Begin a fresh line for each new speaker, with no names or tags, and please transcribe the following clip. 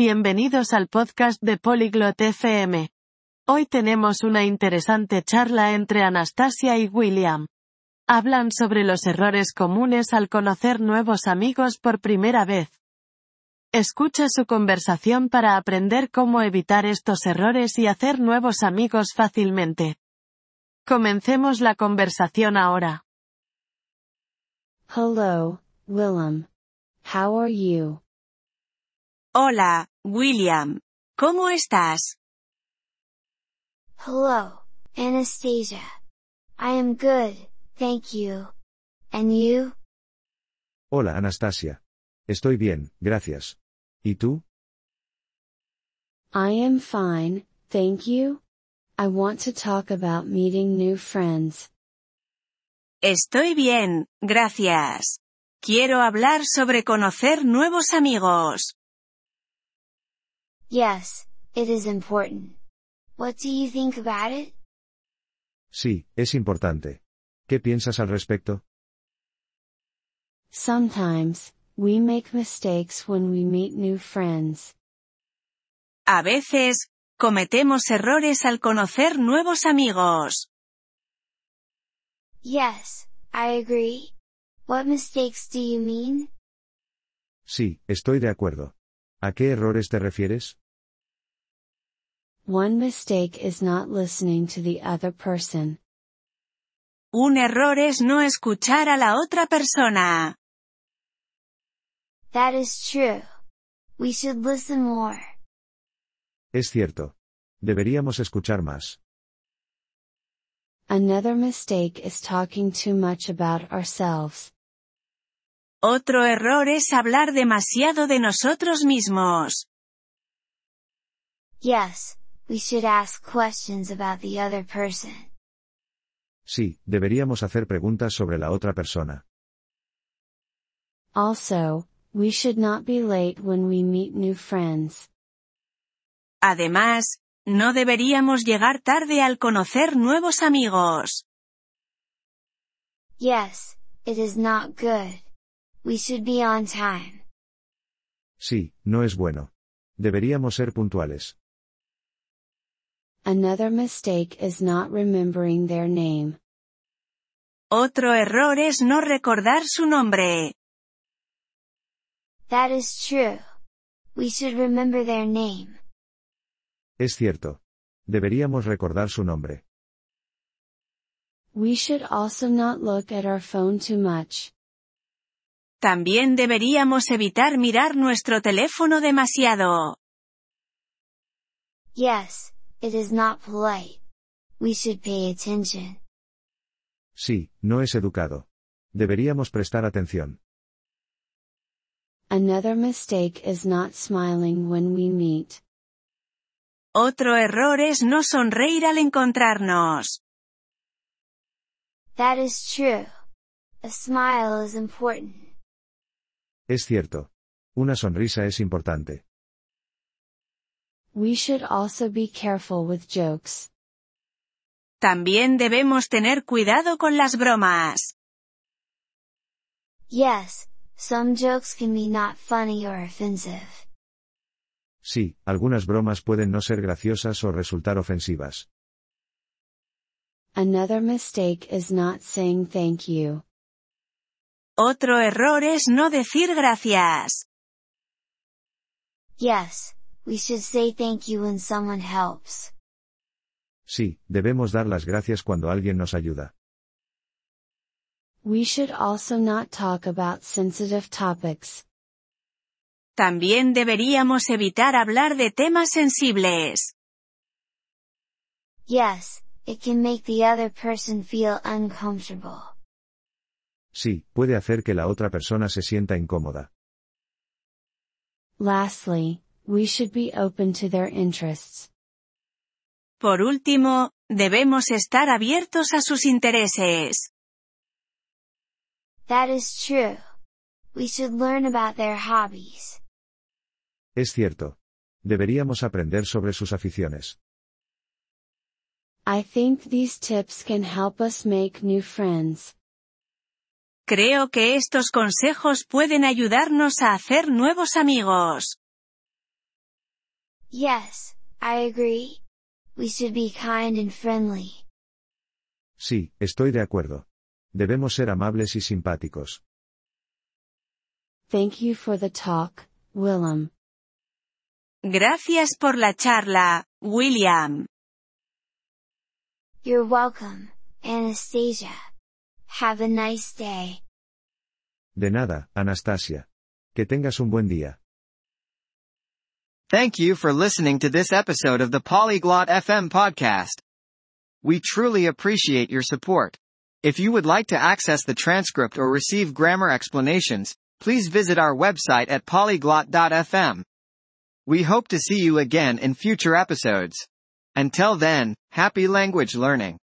Bienvenidos al podcast de Polyglot FM. Hoy tenemos una interesante charla entre Anastasia y William. Hablan sobre los errores comunes al conocer nuevos amigos por primera vez. Escucha su conversación para aprender cómo evitar estos errores y hacer nuevos amigos fácilmente. Comencemos la conversación ahora.
Hello, Willem. How are you?
Hola, William. ¿Cómo estás?
Hello, Anastasia. I am good, thank you. And you?
Hola, Anastasia. Estoy bien, gracias. ¿Y tú?
I am fine, thank you. I want to talk about meeting new friends.
Estoy bien, gracias. Quiero hablar sobre conocer nuevos amigos.
Yes, it is important. What do you think about it?
Sí, es importante. ¿Qué piensas al respecto?
Sometimes, we make mistakes when we meet new friends.
A veces, cometemos errores al conocer nuevos amigos.
Yes, I agree. What mistakes do you mean?
Sí, estoy de acuerdo. ¿A qué errores te refieres?
One mistake is not listening to the other person.
Un error es no escuchar a la otra persona.
That is true. We should listen more.
Es cierto. Deberíamos escuchar más.
Another mistake is talking too much about ourselves.
Otro error es hablar demasiado de nosotros mismos.
Yes, we should ask questions about the other person.
Sí, deberíamos hacer preguntas sobre la otra persona.
Also, we should not be late when we meet new friends.
Además, no deberíamos llegar tarde al conocer nuevos amigos.
Yes, it is not good. We should be on time.
Sí, no es bueno. Deberíamos ser puntuales.
Another mistake is not remembering their name.
Otro error es no recordar su nombre.
That is true. We should remember their name.
Es cierto. Deberíamos recordar su nombre.
We should also not look at our phone too much.
También deberíamos evitar mirar nuestro teléfono demasiado.
Yes, it is not polite. We should pay attention.
Sí, no es educado. Deberíamos prestar atención.
Another mistake is not smiling when we meet.
Otro error es no sonreír al encontrarnos.
That is true. A smile is important.
Es cierto. Una sonrisa es importante.
We should also be careful with jokes.
También debemos tener cuidado con las bromas.
Yes, some jokes can be not funny or offensive.
Sí, algunas bromas pueden no ser graciosas o resultar ofensivas.
Another mistake is not saying thank you.
Otro error es no decir gracias.
Yes, we should say thank you when someone helps.
Sí, debemos dar las gracias cuando alguien nos ayuda.
We should also not talk about sensitive topics.
También deberíamos evitar hablar de temas sensibles.
Yes, it can make the other person feel uncomfortable.
Sí, puede hacer que la otra persona se sienta incómoda.
Lastly, we should be open to their interests.
Por último, debemos estar abiertos a sus intereses.
That is true. We should learn about their hobbies.
Es cierto. Deberíamos aprender sobre sus aficiones.
I think these tips can help us make new friends.
Creo que estos consejos pueden ayudarnos a hacer nuevos amigos.
Yes, I agree. We should be kind and friendly.
Sí, estoy de acuerdo. Debemos ser amables y simpáticos.
Thank you for the talk, Willem.
Gracias por la charla, William.
You're welcome, Anastasia. Have a nice day.
De nada, Anastasia. Que tengas un buen día.
Thank you for listening to this episode of the Polyglot FM podcast. We truly appreciate your support. If you would like to access the transcript or receive grammar explanations, please visit our website at polyglot.fm. We hope to see you again in future episodes. Until then, happy language learning.